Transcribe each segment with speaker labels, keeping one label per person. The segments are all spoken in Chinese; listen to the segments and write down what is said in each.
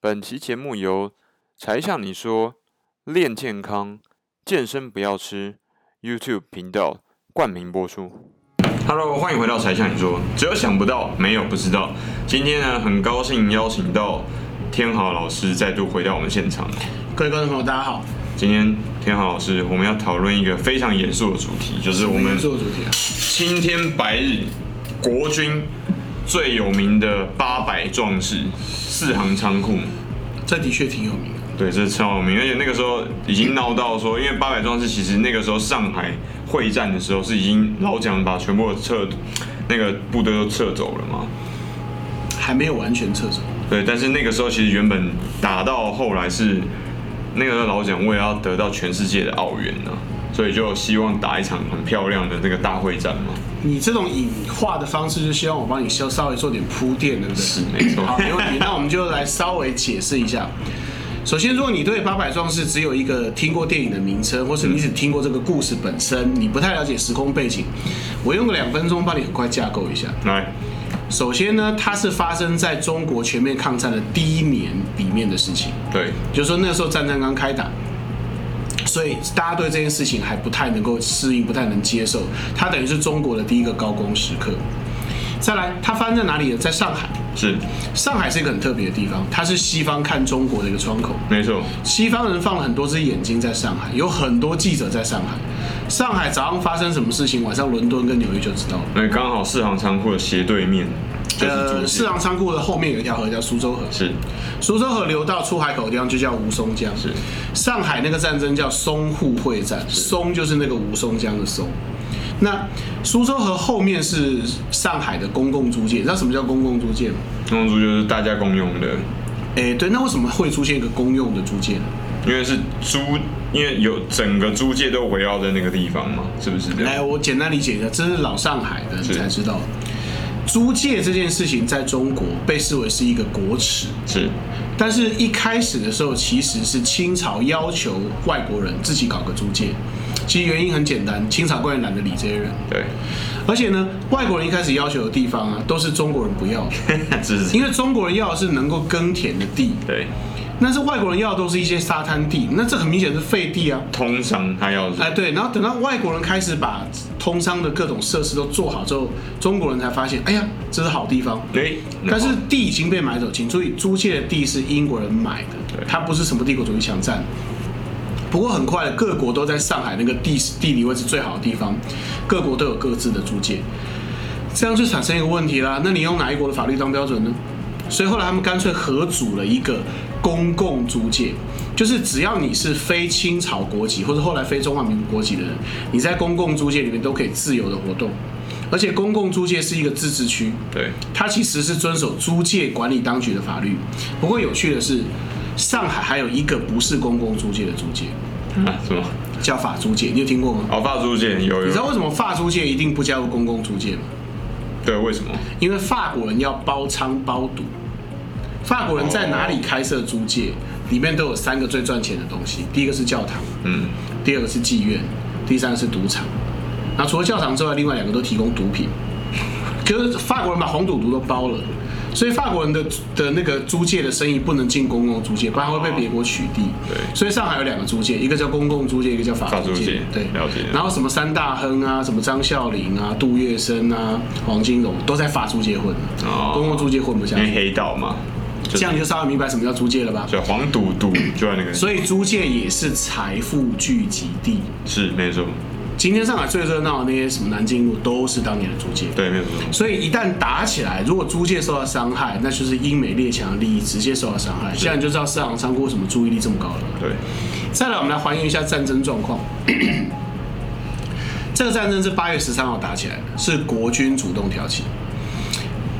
Speaker 1: 本期节目由才向你说练健康，健身不要吃 YouTube 频道冠名播出。Hello，欢迎回到才向你说，只有想不到，没有不知道。今天呢，很高兴邀请到天豪老师再度回到我们现场。
Speaker 2: 各位观众朋友，大家好。
Speaker 1: 今天天豪老师，我们要讨论一个非常严肃的主题，就是我们
Speaker 2: 做主题啊，
Speaker 1: 青天白日国军最有名的八百壮士四行仓库。
Speaker 2: 这的确挺有名的。
Speaker 1: 对，这超有名，而且那个时候已经闹到说，因为八百壮士其实那个时候上海会战的时候是已经老蒋把全部的撤那个部队都撤走了嘛。
Speaker 2: 还没有完全撤走，
Speaker 1: 对，但是那个时候其实原本打到后来是那个时候老蒋为了要得到全世界的奥援呢、所以就希望打一场很漂亮的这个大会战嘛。
Speaker 2: 你这种引话的方式，就希望我帮你稍稍微做点铺垫，对不对？
Speaker 1: 是没错
Speaker 2: 好，没问题。那我们就来稍微解释一下。首先，如果你对八百壮士只有一个听过电影的名称，或是你只听过这个故事本身，你不太了解时空背景，我用个两分钟帮你很快架构一下。
Speaker 1: 来，
Speaker 2: 首先呢，它是发生在中国全面抗战的第一年里面的事情。
Speaker 1: 对，
Speaker 2: 就说那时候战争刚开打，所以大家对这件事情还不太能够适应，不太能接受。它等于是中国的第一个高光时刻。再来，它发生在哪里呢？在上海。
Speaker 1: 是
Speaker 2: 上海是一个很特别的地方，它是西方看中国的一个窗口。
Speaker 1: 没错，
Speaker 2: 西方人放了很多只眼睛在上海，有很多记者在上海。上海早上发生什么事情，晚上伦敦跟纽约就知道了。
Speaker 1: 那刚好四行仓库的斜对面就是主
Speaker 2: 呃，
Speaker 1: 席
Speaker 2: 四行仓库的后面有一条河叫苏州河，
Speaker 1: 是
Speaker 2: 苏州河流到出海口的地方就叫吴淞江。
Speaker 1: 是
Speaker 2: 上海那个战争叫淞沪会战，淞就是那个吴淞江的淞。那苏州河后面是上海的公共租界，你知道什么叫公共租界吗？
Speaker 1: 公租就是大家公用的，
Speaker 2: 哎，对，那为什么会出现一个公用的租界呢？
Speaker 1: 因为是租，因为有整个租界都围绕在那个地方嘛，是不是这
Speaker 2: 来，
Speaker 1: 样？
Speaker 2: 哎我简单理解一下，这是老上海的人
Speaker 1: 是
Speaker 2: 才知道。租界这件事情在中国被视为是一个国耻，
Speaker 1: 是
Speaker 2: 但是一开始的时候，其实是清朝要求外国人自己搞个租界。其实原因很简单，清朝官员懒得理这些人，
Speaker 1: 对，
Speaker 2: 而且呢，外国人一开始要求的地方啊，都是中国人不要的，
Speaker 1: 是是
Speaker 2: 因为中国人要的是能够耕田的地，
Speaker 1: 对，
Speaker 2: 但是外国人要的都是一些沙滩地，那这很明显是废地啊。
Speaker 1: 通常他要是
Speaker 2: 哎，对，然后等到外国人开始把通商的各种设施都做好之后，中国人才发现，哎呀，这是好地方。
Speaker 1: 哎，
Speaker 2: 但是
Speaker 1: 然后
Speaker 2: 地已经被买走，请注意，租借的地是英国人买的
Speaker 1: 对，
Speaker 2: 它不是什么帝国主义强占。不过很快，各国都在上海那个地地理位置最好的地方，各国都有各自的租界，这样就产生一个问题啦。那你用哪一国的法律当标准呢？所以后来他们干脆合组了一个公共租界，就是只要你是非清朝国籍或者后来非中华民国国籍的人，你在公共租界里面都可以自由的活动，而且公共租界是一个自治区，
Speaker 1: 对
Speaker 2: 它其实是遵守租界管理当局的法律。不过有趣的是，上海还有一个不是公共租界的租界，嗯
Speaker 1: 啊什么？
Speaker 2: 叫法租界，你有听过吗？
Speaker 1: 哦，法租界有
Speaker 2: 你知道
Speaker 1: 有，
Speaker 2: 为什么法租界一定不加入公共租界吗？
Speaker 1: 对，为什么？
Speaker 2: 因为法国人要包娼包赌。法国人在哪里开设租界，里面都有三个最赚钱的东西，第一个是教堂，
Speaker 1: 嗯，
Speaker 2: 第二个是妓院，第三个是赌场。那除了教堂之外，另外两个都提供毒品。可是法国人把红赌毒都包了，所以法国人的的那个租界的生意不能进公共租界，不然会被别国取缔。
Speaker 1: 对
Speaker 2: 所以上海有两个租界，一个叫公共租界，一个叫法租
Speaker 1: 法租界
Speaker 2: 界。对，
Speaker 1: 了解
Speaker 2: 然后什么三大亨啊，什么张孝林啊、杜月笙啊、黄金荣都在法租界混，
Speaker 1: 哦
Speaker 2: 公共租界混不下
Speaker 1: 因为
Speaker 2: 去。
Speaker 1: 黑道嘛，就
Speaker 2: 这样你就稍微明白什么叫租界了吧？
Speaker 1: 就黄赌毒就在那个，
Speaker 2: 所以租界也是财富聚集地。
Speaker 1: 是没错，
Speaker 2: 今天上海最热闹的那些什么南京路，都是当年的租界。
Speaker 1: 对，没有错，
Speaker 2: 所以一旦打起来，如果租界受到伤害，那就是英美列强的利益直接受到伤害。现在你就知道市场仓库为什么注意力这么高了吧。
Speaker 1: 对，
Speaker 2: 再来，我们来还原一下战争状况。 这个战争是八月十三号打起来的，是国军主动挑起。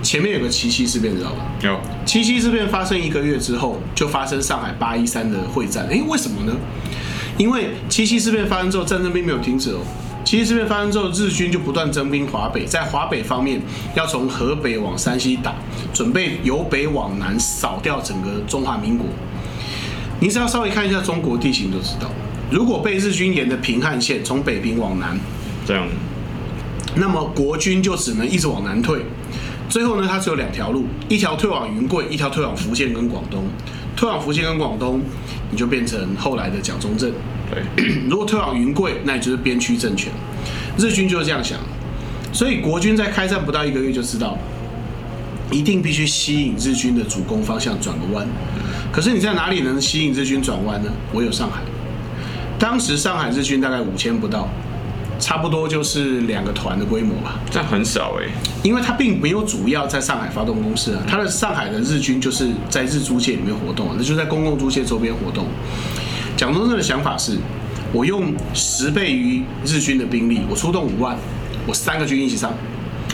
Speaker 2: 前面有个七七事变，你知道吧？
Speaker 1: 有
Speaker 2: 七七事变发生一个月之后，就发生上海八一三的会战。诶，为什么呢？因为七七事变发生之后，战争并没有停止哦。七七事变发生之后，日军就不断征兵华北，在华北方面要从河北往山西打，准备由北往南扫掉整个中华民国。你只要稍微看一下中国地形就知道，如果被日军沿着平汉线从北平往南，
Speaker 1: 这样，
Speaker 2: 那么国军就只能一直往南退。最后呢，它只有两条路，一条退往云贵，一条退往福建跟广东。推往福建跟广东，你就变成后来的蒋中正；
Speaker 1: 对，
Speaker 2: 如果推往云贵，那你就是边区政权。日军就是这样想，所以国军在开战不到一个月就知道，一定必须吸引日军的主攻方向转个弯。可是你在哪里能吸引日军转弯呢？唯有上海。当时上海日军大概五千不到，差不多就是两个团的规模吧。
Speaker 1: 这样很少哎、
Speaker 2: 因为他并没有主要在上海发动攻势啊，他的上海的日军就是在日租界里面活动啊，那就是在公共租界周边活动。蒋中正的想法是，我用十倍于日军的兵力，我出动五万，我三个军一起上，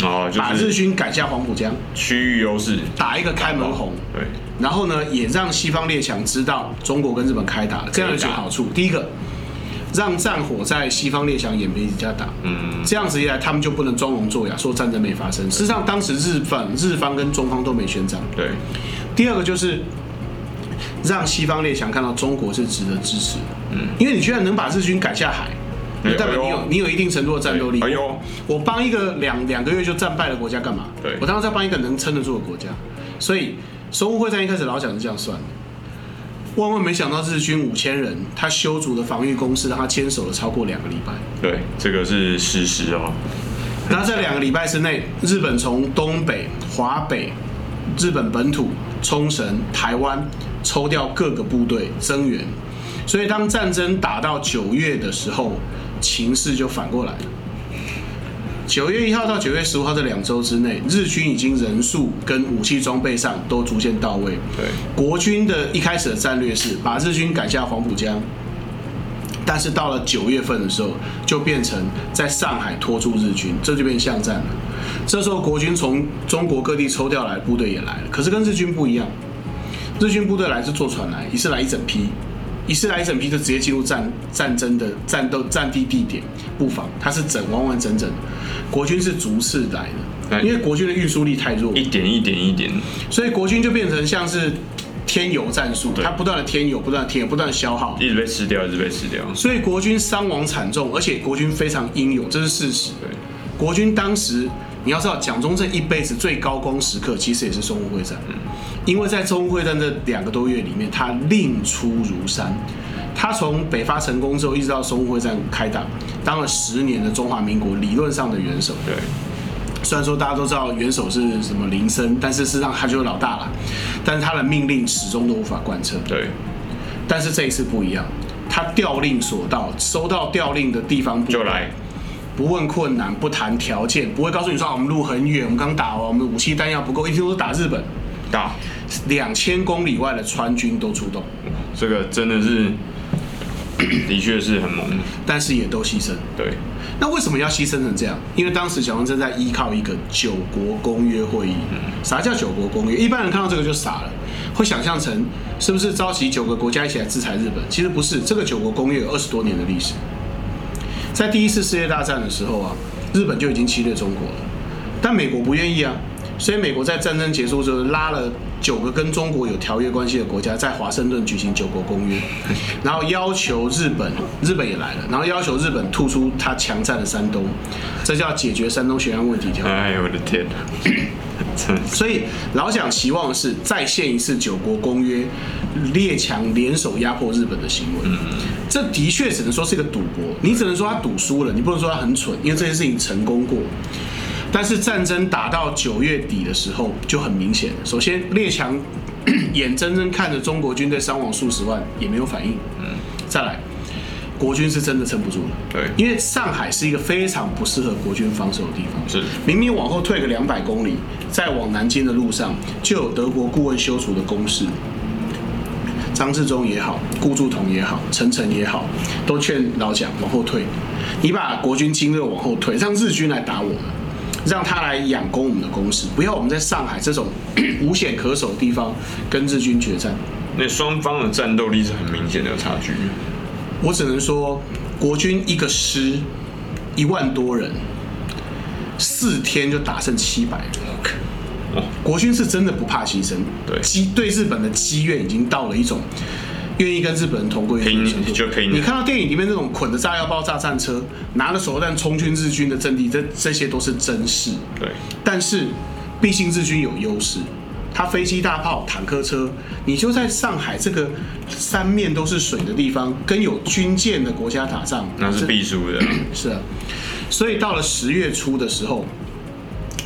Speaker 1: 哦，
Speaker 2: 把
Speaker 1: 就
Speaker 2: 日
Speaker 1: 是
Speaker 2: 军赶下黄浦江，
Speaker 1: 区域优势，
Speaker 2: 打一个开门红。
Speaker 1: 对，
Speaker 2: 然后呢，也让西方列强知道中国跟日本开打了，这样有几个好处。第一个，让战火在西方列强眼皮底下打，
Speaker 1: 嗯，
Speaker 2: 这样子一来，他们就不能装聋作哑，说战争没发生。事实上，当时日方、日方跟中方都没宣战。
Speaker 1: 对，
Speaker 2: 第二个就是让西方列强看到中国是值得支持的，嗯，因为你居然能把日军赶下海，
Speaker 1: 哎
Speaker 2: 就代表你
Speaker 1: 哎
Speaker 2: 有
Speaker 1: 呦
Speaker 2: 你有一定程度的战斗力。
Speaker 1: 哎呦，
Speaker 2: 我帮一个两两个月就战败的国家干嘛？
Speaker 1: 对
Speaker 2: 我当然在帮一个能撑得住的国家。所以淞沪会战一开始老蒋是这样算的。万万没想到日军五千人，他修筑的防御工事让他坚守了超过两个礼拜。
Speaker 1: 对，这个是事实哦，
Speaker 2: 然后在两个礼拜之内，日本从东北、华北、日本本土、冲绳、台湾抽调各个部队增援，所以当战争打到九月的时候，情势就反过来了。九月一号到九月十五号这两周之内，日军已经人数跟武器装备上都逐渐到位。
Speaker 1: 对，
Speaker 2: 国军的一开始的战略是把日军赶下黄浦江，但是到了九月份的时候，就变成在上海拖住日军，这就变巷战了。这时候国军从中国各地抽调来的部队也来了，可是跟日军不一样，日军部队来是坐船来，一次来一整批，一次来一整批就直接进入战战争的战斗战地地点布防，它是整完完整整的。国军是逐次来
Speaker 1: 哎
Speaker 2: 的，因为国军的运输力太弱，
Speaker 1: 一点一点一点，
Speaker 2: 所以国军就变成像是添油战术，
Speaker 1: 对
Speaker 2: 它不断的添油，不断的添油，不断的消耗。
Speaker 1: 一直被吃掉，一直被吃掉，
Speaker 2: 所以国军伤亡惨重，而且国军非常英勇，这是事实。
Speaker 1: 对，
Speaker 2: 国军当时，你要知道，蒋中正一辈子最高光时刻其实也是淞沪会战，
Speaker 1: 嗯
Speaker 2: 因为在淞沪会战这两个多月里面，他另出如山。他从北伐成功之后，一直到淞沪会战开打，当了十年的中华民国理论上的元首。
Speaker 1: 对，
Speaker 2: 虽然说大家都知道元首是什么林森，但是事实上他就是老大了，但是他的命令始终都无法贯彻。
Speaker 1: 对，
Speaker 2: 但是这一次不一样，他调令所到，收到调令的地方部
Speaker 1: 就来，
Speaker 2: 不问困难，不谈条件，不会告诉你说、啊、我们路很远，我们刚打完，我们武器弹药不够，一听说打日本，
Speaker 1: 打，
Speaker 2: 两千公里外的川军都出动，
Speaker 1: 这个真的是， 的确是很猛，
Speaker 2: 但是也都牺牲。
Speaker 1: 对，
Speaker 2: 那为什么要牺牲成这样？因为当时蒋中正在依靠一个九国公约会议。啥叫九国公约？一般人看到这个就傻了，会想象成是不是召集九个国家一起来制裁日本？其实不是，这个九国公约有二十多年的历史。在第一次世界大战的时候啊，日本就已经侵略中国了，但美国不愿意啊，所以美国在战争结束之后拉了九个跟中国有条约关系的国家，在华盛顿举行九国公约，然后要求日本，日本也来了，然后要求日本吐出他强占的山东，这叫解决山东悬案问题条约。
Speaker 1: 哎呦我的天， 真的是，
Speaker 2: 所以老蒋期望的是再现一次九国公约列强联手压迫日本的行为。这的确只能说是一个赌博，你只能说他赌输了，你不能说他很蠢，因为这件事情成功过。但是战争打到九月底的时候就很明显，首先列强 眼睁睁看着中国军队伤亡数十万，也没有反应。嗯，再来，国军是真的撑不住了。
Speaker 1: 对，
Speaker 2: 因为上海是一个非常不适合国军防守的地方。
Speaker 1: 是
Speaker 2: 明明往后退个两百公里，再往南京的路上就有德国顾问修筑的工事。张治中也好，顾祝同也好，陈诚也好，都劝老蒋往后退，你把国军精锐往后退，让日军来打我们，让他来养攻我们的攻势，不要我们在上海这种 无险可守的地方跟日军决战。
Speaker 1: 那双方的战斗力是很明显的有差距，
Speaker 2: 我只能说，国军一个师一万多人，四天就打剩七百人。
Speaker 1: 哦，
Speaker 2: 国军是真的不怕牺牲，
Speaker 1: 对
Speaker 2: 积对日本的积怨已经到了一种愿意跟日本人同归于尽的程
Speaker 1: 拼
Speaker 2: 度。
Speaker 1: 就拼
Speaker 2: 你看到电影里面那种捆着炸药包、炸战车，拿着手榴弹冲进日军的阵地，这这些都是真事。
Speaker 1: 对，
Speaker 2: 但是，毕竟日军有优势，它飞机、大炮、坦克车，你就在上海这个三面都是水的地方，跟有军舰的国家打仗，
Speaker 1: 那是
Speaker 2: 这
Speaker 1: 必输的。
Speaker 2: 是啊，所以到了十月初的时候，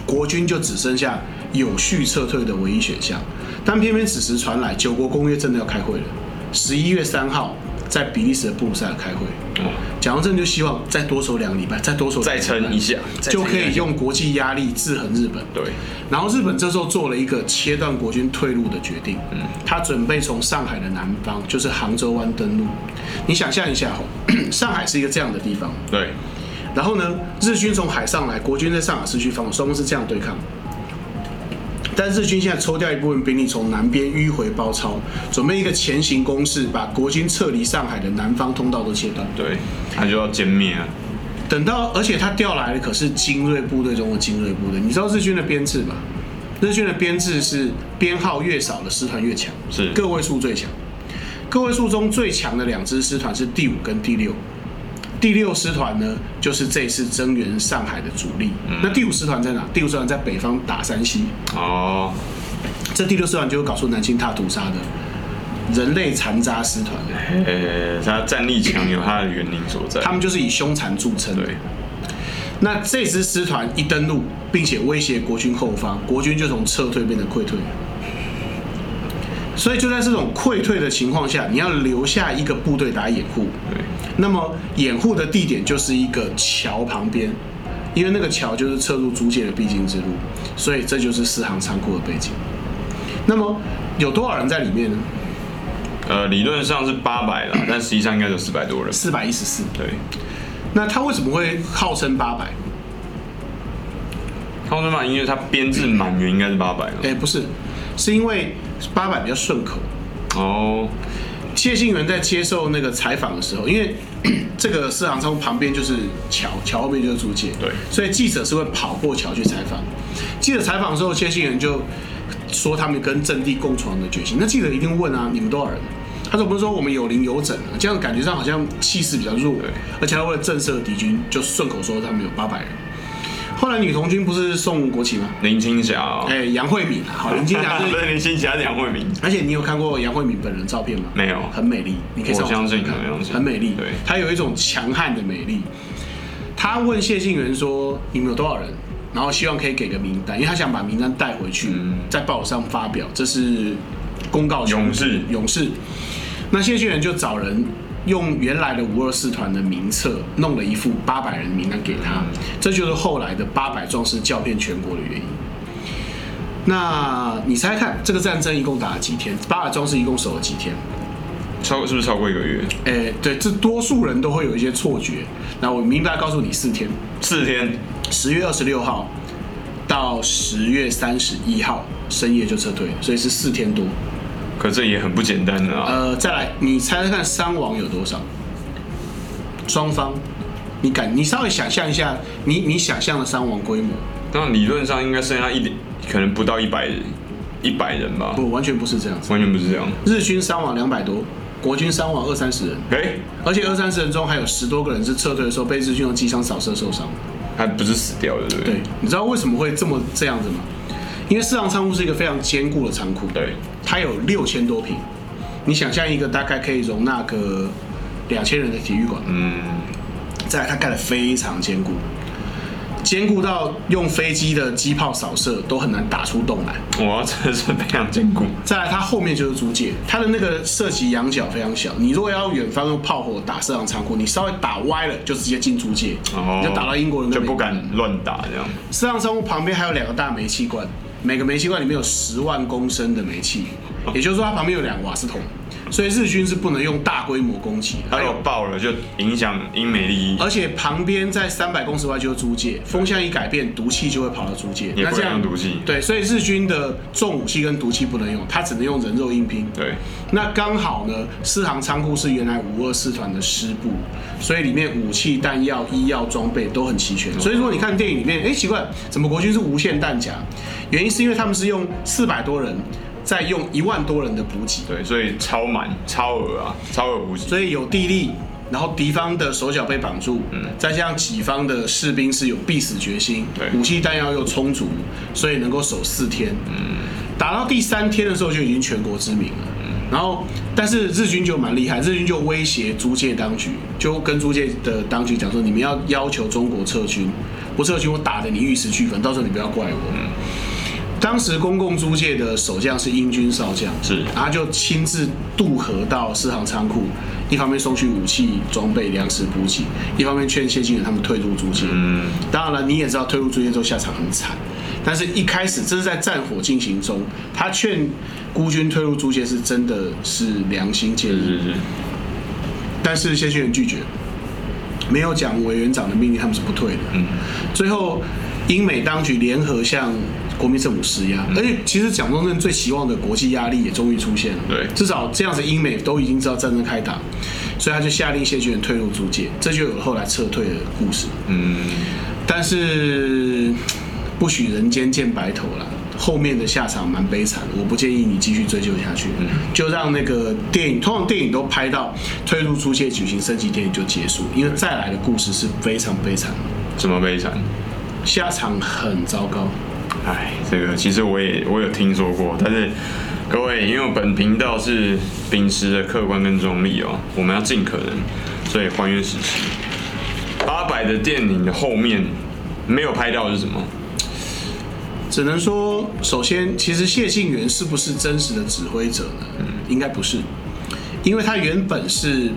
Speaker 2: 国军就只剩下有序撤退的唯一选项。但偏偏此时传来，九国公约真的要开会了。十一月三号，在比利时的布鲁塞尔开会。
Speaker 1: 哦
Speaker 2: 蒋中正就希望再多守两个礼拜，再多守两
Speaker 1: 再
Speaker 2: 个礼拜
Speaker 1: 撑一下，再
Speaker 2: 就
Speaker 1: 撑一
Speaker 2: 可
Speaker 1: 下
Speaker 2: 以用国际压力制衡日本。
Speaker 1: 对，
Speaker 2: 然后日本这时候做了一个切断国军退路的决定，
Speaker 1: 嗯
Speaker 2: 他准备从上海的南方，就是杭州湾登陆。你想象一下哦， 上海是一个这样的地方，
Speaker 1: 对，
Speaker 2: 然后呢，日军从海上来，国军在上海市区防守，双方是这样对抗。但日军现在抽调一部分兵力从南边迂回包抄，准备一个前行攻势，把国军撤离上海的南方通道都切断。
Speaker 1: 对，他就要歼灭啊。
Speaker 2: 等到，而且他调来的可是精锐部队中的精锐部队。你知道日军的编制吧？日军的编制是编号越少的师团越强，
Speaker 1: 是
Speaker 2: 个位数最强。个位数中最强的两支师团是第五跟第六。第六师团呢，就是这次增援上海的主力。
Speaker 1: 嗯
Speaker 2: 那第五师团在哪？第五师团在北方打山西。
Speaker 1: 哦，
Speaker 2: 这第六师团就是搞出南京大屠杀的人类残渣师团，
Speaker 1: 呃，他战力强有他的原因所在。
Speaker 2: 他们就是以凶残著称。
Speaker 1: 对，
Speaker 2: 那这支师团一登陆，并且威胁国军后方，国军就从撤退变成溃退。所以就在这种溃退的情况下，你要留下一个部队打掩护。
Speaker 1: 对，
Speaker 2: 那么掩护的地点就是一个桥旁边，因为那个桥就是撤入租界的必经之路，所以这就是四行仓库的背景。那么有多少人在里面呢？
Speaker 1: 呃，理论上是八百啦，但实际上应该有四百多人。
Speaker 2: 四百一十四。
Speaker 1: 对，
Speaker 2: 那他为什么会号称八百？
Speaker 1: 康斯曼因为他编制满员应该是八百了。
Speaker 2: 哎，不是，是因为八百比较顺口。
Speaker 1: 哦，
Speaker 2: 谢杏元在接受那个采访的时候，因为 这个四行仓库旁边就是桥，桥后面就是租界，
Speaker 1: 对
Speaker 2: 所以记者是会跑过桥去采访。记者采访的时候，谢杏元就说他们跟阵地共创的决心。那记者一定问啊，你们多少人？他说不是说我们有零有整啊，这样感觉上好像气势比较弱
Speaker 1: 对，
Speaker 2: 而且他为了震慑敌军，就顺口说他们有八百人。后来女童军不是送国旗吗？
Speaker 1: 林青霞哦，
Speaker 2: 哎、杨惠敏啊，好，林金良
Speaker 1: 不
Speaker 2: 是
Speaker 1: 是林青霞，梁惠民。
Speaker 2: 而且你有看过杨惠敏本人照片吗？
Speaker 1: 没有
Speaker 2: 很美丽，你可以上网
Speaker 1: 我相信
Speaker 2: 看看
Speaker 1: 我相信
Speaker 2: 很美丽。
Speaker 1: 对
Speaker 2: 她有一种强悍的美丽。他问谢晋元说：“你们有多少人？”然后希望可以给个名单，因为他想把名单带回去，
Speaker 1: 嗯
Speaker 2: 在报纸上发表，这是公告权
Speaker 1: 勇士
Speaker 2: 勇士。那谢晋元就找人用原来的五二四团的名册，弄了一副八百人的名单给他，
Speaker 1: 嗯
Speaker 2: 这就是后来的八百壮士教遍全国的原因。那你猜猜看，这个战争一共打了几天？巴尔庄是一共守了几天？哦
Speaker 1: 超是不是超过一个月？
Speaker 2: 哎，对，这多数人都会有一些错觉。那我明白告诉你，四天，
Speaker 1: 四天。
Speaker 2: 十月二十六号到十月三十一号深夜就撤退，所以是四天多。
Speaker 1: 可这也很不简单的啊。
Speaker 2: 呃，再来，你猜猜看伤亡有多少？双方，你敢？你稍微想象一下，你你想象的伤亡规模，
Speaker 1: 那理论上应该剩下一点，可能不到一百人，一百人吧，
Speaker 2: 不，完全不是这样子。
Speaker 1: 完全不是这样。
Speaker 2: 日军伤亡两百多，国军伤亡二三十人。
Speaker 1: 哎，
Speaker 2: 而且二三十人中还有十多个人是撤退的时候被日军用机枪扫射受伤。
Speaker 1: 还不是死掉的，对不
Speaker 2: 对，你知道为什么会这么这样子吗？因为四行仓库是一个非常坚固的仓库，
Speaker 1: 对，
Speaker 2: 它有六千多平，你想象一个大概可以容纳个两千人的体育馆，
Speaker 1: 嗯，
Speaker 2: 再来它盖得非常坚固，坚固到用飞机的机炮扫射都很难打出洞来。
Speaker 1: 哇，真的是非常坚固。
Speaker 2: 再来，它后面就是租界，它的那个射击仰角非常小。你如果要远方用炮火打四行仓库，你稍微打歪了就直接进租界，
Speaker 1: 哦，
Speaker 2: 你就打到英国人跟
Speaker 1: 就
Speaker 2: 美
Speaker 1: 不
Speaker 2: 国人
Speaker 1: 敢乱打这样。
Speaker 2: 四行仓库旁边还有两个大煤气罐，每个煤气罐里面有十万公升的煤气，
Speaker 1: 哦
Speaker 2: 也就是说它旁边有两个瓦斯桶，所以日军是不能用大规模攻击的。
Speaker 1: 他如果爆了，就影响英美利益，
Speaker 2: 而且旁边在三百公尺外就是租界，风向一改变，毒气就会跑到租界。
Speaker 1: 也
Speaker 2: 那
Speaker 1: 不
Speaker 2: 这
Speaker 1: 能
Speaker 2: 样
Speaker 1: 用毒气。
Speaker 2: 对，所以日军的重武器跟毒气不能用，它只能用人肉硬拼。
Speaker 1: 对，
Speaker 2: 那刚好呢，四行仓库是原来五二四团的师部，所以里面武器、弹药、医药、装备都很齐全。所以说你看电影里面，哎、奇怪，怎么国军是无限弹夹？原因是因为他们是用四百多人，在用一万多人的补给，
Speaker 1: 对，所以超满超额啊，超额无极。
Speaker 2: 所以有地利、然后敌方的手脚被绑住，嗯，再加上己方的士兵是有必死决心，
Speaker 1: 对
Speaker 2: 武器弹药又充足，所以能够守四天，嗯，打到第三天的时候就已经全国知名了。然后，但是日军就蛮厉害，日军就威胁租界当局，就跟租界的当局讲说，你们要要求中国撤军，不撤军我打得你玉石俱焚，到时候你不要怪我。当时公共租界的守将是英军少将，
Speaker 1: 是
Speaker 2: 然后他就亲自渡河到四行仓库，一方面送去武器装备、粮食补给，一方面劝谢金元他们退入租界。嗯，当然了，你也知道退入租界之后下场很惨，但是一开始这是在战火进行中，他劝孤军退入租界是真的是良心建议，
Speaker 1: 是是，
Speaker 2: 但是谢金元拒绝，没有讲委员长的命令，他们是不退的。
Speaker 1: 嗯，
Speaker 2: 最后，英美当局联合向国民政府施
Speaker 1: 嗯
Speaker 2: 压，而且其实蒋中正最期望的国际压力也终于出现了。
Speaker 1: 对
Speaker 2: 至少这样子，英美都已经知道战争开打，所以他就下令谢巨人退入租界，这就有了后来撤退的故事。
Speaker 1: 嗯，
Speaker 2: 但是不许人间见白头啦。后面的下场蛮悲惨的，我不建议你继续追究下去，就让那个电影，通常电影都拍到退入租界举行升级典礼就结束，因为再来的故事是非常悲惨的。
Speaker 1: 什么悲惨？
Speaker 2: 下场很糟糕。
Speaker 1: 哎，这个其实我也我有听说过，但是各位，因为我本频道是秉持着客观跟中立哦，我们要尽可能，所以还原史实。八百的电影的后面没有拍到的是什么？
Speaker 2: 只能说，首先，其实谢晋元是不是真实的指挥者呢？应该不是，因为他原本是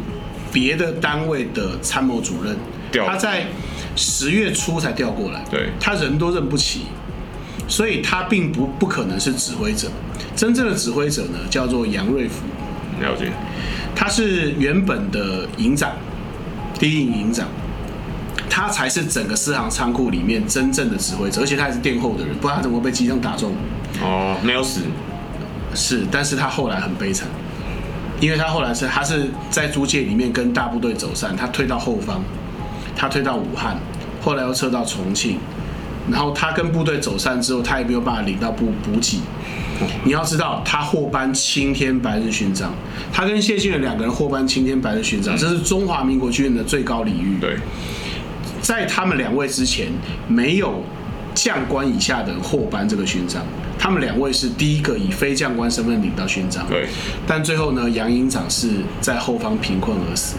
Speaker 2: 别的单位的参谋主任
Speaker 1: 调，
Speaker 2: 他在十月初才调过来，
Speaker 1: 对
Speaker 2: 他人都认不齐，所以他并不不可能是指挥者。真正的指挥者呢，叫做杨瑞福，
Speaker 1: 了解，
Speaker 2: 他是原本的营长，第一营营长，他才是整个四行仓库里面真正的指挥者，而且他还是殿后的人，不然他怎么会被机枪打中？
Speaker 1: 哦，没有死，
Speaker 2: 是，但是他后来很悲惨，因为他后来是他是在租界里面跟大部队走散，他退到后方，他退到武汉，后来又撤到重庆，然后他跟部队走散之后，他也没有办法领到补补给。你要知道，他获颁青天白日勋章，他跟谢晋元两个人获颁青天白日勋章，这是中华民国军人的最高礼遇。
Speaker 1: 对，
Speaker 2: 在他们两位之前，没有将官以下的人获颁这个勋章。他们两位是第一个以非将官身份领到勋章，
Speaker 1: 对，
Speaker 2: 但最后呢，杨营长是在后方贫困而死，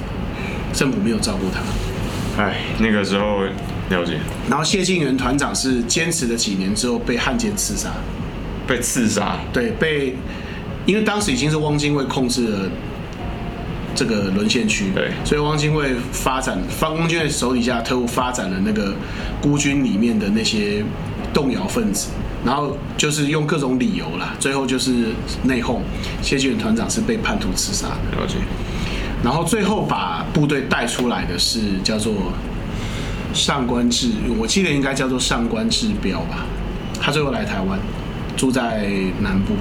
Speaker 2: 政府没有照顾他。
Speaker 1: 哎，那个时候了解，
Speaker 2: 然后谢晋元团长是坚持了几年之后被汉奸刺杀，
Speaker 1: 被刺杀，
Speaker 2: 对，被因为当时已经是汪精卫控制了这个沦陷区，
Speaker 1: 对
Speaker 2: 所以汪精卫发展，方汪精卫手底下特务发展了那个孤军里面的那些动摇分子，然后就是用各种理由啦，最后就是内讧，谢晋元团长是被叛徒刺杀的，
Speaker 1: 了解，
Speaker 2: 然后最后把部队带出来的是叫做上官志，我记得应该叫做上官志彪吧，他最后来台湾，住在南部。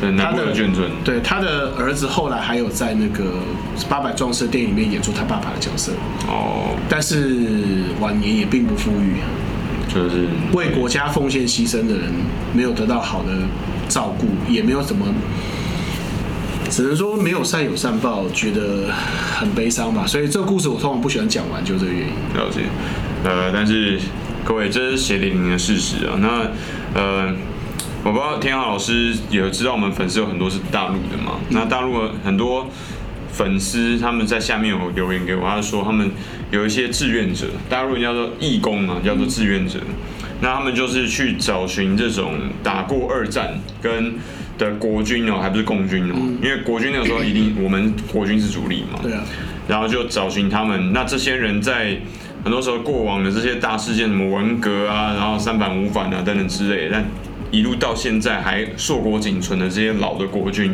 Speaker 1: 很
Speaker 2: 他
Speaker 1: 难
Speaker 2: 的
Speaker 1: 的眷村，
Speaker 2: 对，他的儿子后来还有在那个《八百壮士》电影里面演出他爸爸的角色，
Speaker 1: 哦，
Speaker 2: 但是晚年也并不富裕，啊
Speaker 1: 就是
Speaker 2: 为国家奉献牺牲的人没有得到好的照顾，也没有什么，只能说没有善有善报，觉得很悲伤吧。所以这个故事我通常不喜欢讲完，就这个原因。
Speaker 1: 了解，呃，但是各位，这是血淋淋的事实啊。那呃，我不知道天浩老师有知道我们粉丝有很多是大陆的嘛？那大陆的很多粉丝他们在下面有留言给我，他说他们有一些志愿者，大陆人叫做义工嘛，叫做志愿者。
Speaker 2: 嗯
Speaker 1: 那他们就是去找寻这种打过二战跟的国军哦，还不是共军哦，因为国军那个时候一 定我们国军是主力嘛，
Speaker 2: 嗯对啊，
Speaker 1: 然后就找寻他们。那这些人在很多时候过往的这些大事件，什么文革啊，然后三反五反啊等等之类的，但一路到现在还硕果仅存的这些老的国军，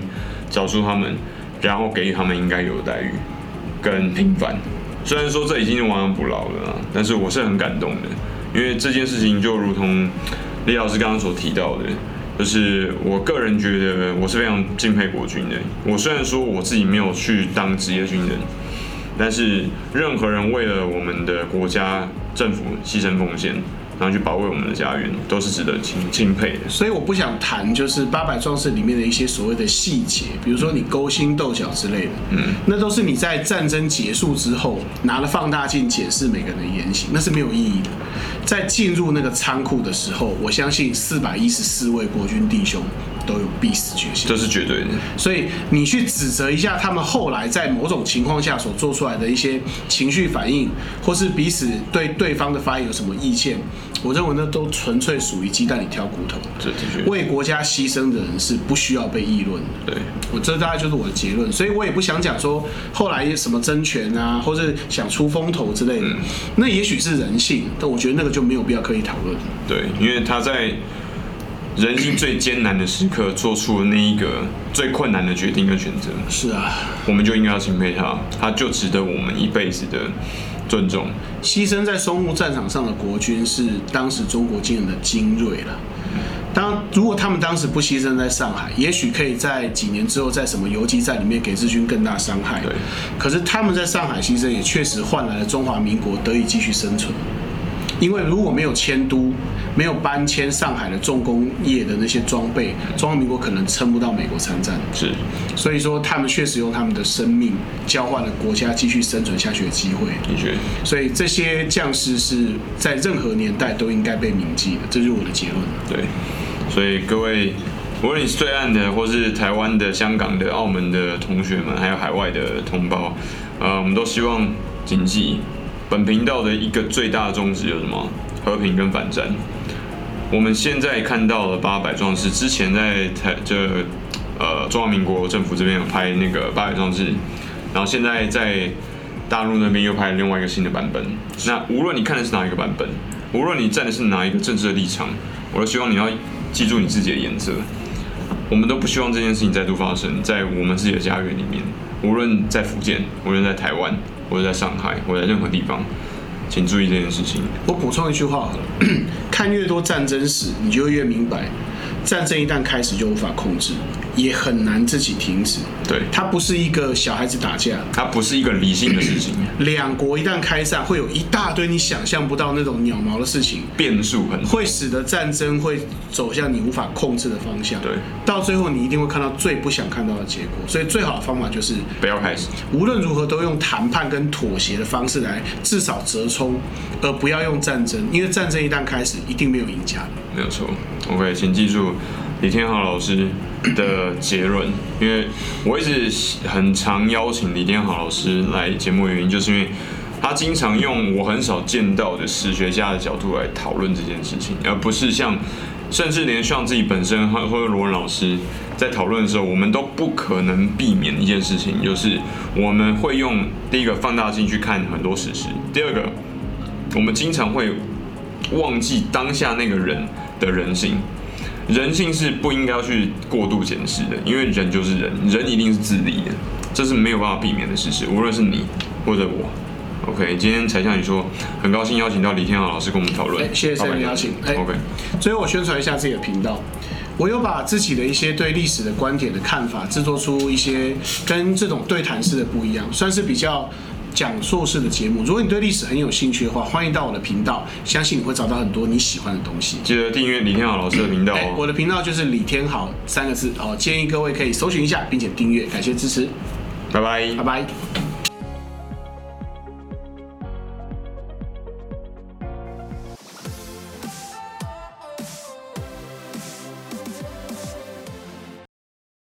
Speaker 1: 找出他们，然后给予他们应该有的待遇跟平凡。虽然说这已经是亡羊补牢了啊，但是我是很感动的，因为这件事情就如同李老师刚刚所提到的，就是我个人觉得我是非常敬佩国军的。我虽然说我自己没有去当职业军人，但是任何人为了我们的国家政府牺牲奉献，然后去保卫我们的家园，都是值得钦钦佩的。
Speaker 2: 所以我不想谈就是八百壮士里面的一些所谓的细节，比如说你勾心斗角之类的，嗯，那都是你在战争结束之后拿了放大镜检视每个人的言行，那是没有意义的。在进入那个仓库的时候，我相信四百一十四位国军弟兄都有必死决心
Speaker 1: 这。是绝对的，
Speaker 2: 所以你去指责一下他们后来在某种情况下所做出来的一些情绪反应，或是彼此对对方的发言有什么意见，我认为那都纯粹属于鸡蛋里挑骨头。
Speaker 1: 这的确
Speaker 2: 为国家牺牲的人是不需要被议论的。
Speaker 1: 对，
Speaker 2: 我这大概就是我的结论，所以我也不想讲说后来什么争权啊，或是想出风头之类的，那也许是人性，但我觉得那个就没有必要刻意讨论。
Speaker 1: 对，因为他在人性最艰难的时刻做出了那一个最困难的决定跟选择，
Speaker 2: 是啊，
Speaker 1: 我们就应该要钦佩他，他就值得我们一辈子的尊重。
Speaker 2: 牺牲在淞沪战场上的国军是当时中国军人的精锐了。当如果他们当时不牺牲在上海，也许可以在几年之后在什么游击战里面给日军更大伤害
Speaker 1: 对。
Speaker 2: 可是他们在上海牺牲，也确实换来了中华民国得以继续生存。因为如果没有迁都，没有搬迁上海的重工业的那些装备，中华民国可能撑不到美国参战。
Speaker 1: 是，
Speaker 2: 所以说，他们确实用他们的生命交换了国家继续生存下去的机会。
Speaker 1: 的确，
Speaker 2: 所以这些将士是在任何年代都应该被铭记的，这就是我的结论。
Speaker 1: 对，所以各位，无论你是对岸的，或是台湾的、香港的、澳门的同学们，还有海外的同胞，呃，我们都希望谨记本频道的一个最大的宗旨有什么？和平跟反战。我们现在看到了八百壮士，之前在台这呃中华民国政府这边有拍那个八百壮士，然后现在在大陆那边又拍了另外一个新的版本。那无论你看的是哪一个版本，无论你站的是哪一个政治的立场，我都希望你要记住你自己的原则。我们都不希望这件事情再度发生在我们自己的家园里面，无论在福建，无论在台湾，或者在上海，或者在任何地方，请注意这件事情。
Speaker 2: 我补充一句话好了， 看越多战争史，你就会越明白，战争一旦开始就无法控制，也很难自己停止。
Speaker 1: 对，
Speaker 2: 它不是一个小孩子打架，
Speaker 1: 它不是一个理性的事情，
Speaker 2: 两国一旦开战，会有一大堆你想象不到那种鸟毛的事情。
Speaker 1: 变数很多。
Speaker 2: 会使得战争会走向你无法控制的方向，
Speaker 1: 对，
Speaker 2: 到最后你一定会看到最不想看到的结果，所以最好的方法就是
Speaker 1: 不要开始，
Speaker 2: 无论如何都用谈判跟妥协的方式来至少折冲，而不要用战争，因为战争一旦开始，一定没有赢家的。
Speaker 1: 没有错。OK，请记住李天豪老师的结论，因为我一直很常邀请李天豪老师来节目，的原因就是因为他经常用我很少见到的史学家的角度来讨论这件事情，而不是像。甚至连像自己本身或或者罗文老师在讨论的时候，我们都不可能避免一件事情，就是我们会用第一个放大镜去看很多史实，第二个我们经常会忘记当下那个人的人性。人性是不应该要去过度检视的，因为人就是人，人一定是自利的，这是没有办法避免的事实。无论是你或者我，OK，今天才向你说，很高兴邀请到李天豪老师跟我们讨论。
Speaker 2: 哎谢谢
Speaker 1: 老板
Speaker 2: Sam 邀请哎
Speaker 1: OK，
Speaker 2: 最后我宣传一下自己的频道，我有把自己的一些对历史的观点的看法，制作出一些跟这种对谈式的不一样，算是比较。讲硕式的节目，如果你对历史很有兴趣的话，欢迎到我的频道，相信你会找到很多你喜欢的东西。
Speaker 1: 记得订阅李天豪老师的频道
Speaker 2: 哎，我
Speaker 1: 哦。
Speaker 2: 的频道就是李天豪三个字哦，建议各位可以搜寻一下，并且订阅，感谢支持，
Speaker 1: 拜拜
Speaker 2: 拜。拜。